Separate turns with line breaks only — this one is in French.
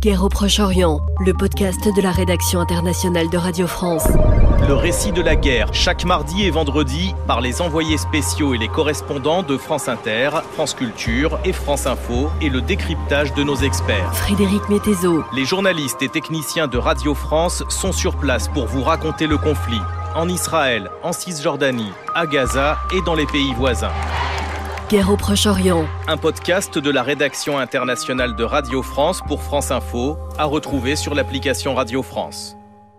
Guerre au Proche-Orient, le podcast de la rédaction internationale de Radio France.
Le récit de la guerre, chaque mardi et vendredi, par les envoyés spéciaux et les correspondants de France Inter, France Culture et France Info, et le décryptage de nos experts.
Frédéric Métézo,
Les journalistes et techniciens de Radio France sont sur place pour vous raconter le conflit, en Israël, en Cisjordanie, à Gaza et dans les pays voisins.
Guerre au Proche-Orient,
Un podcast de la rédaction internationale de Radio France pour France Info, à retrouver sur l'application Radio France.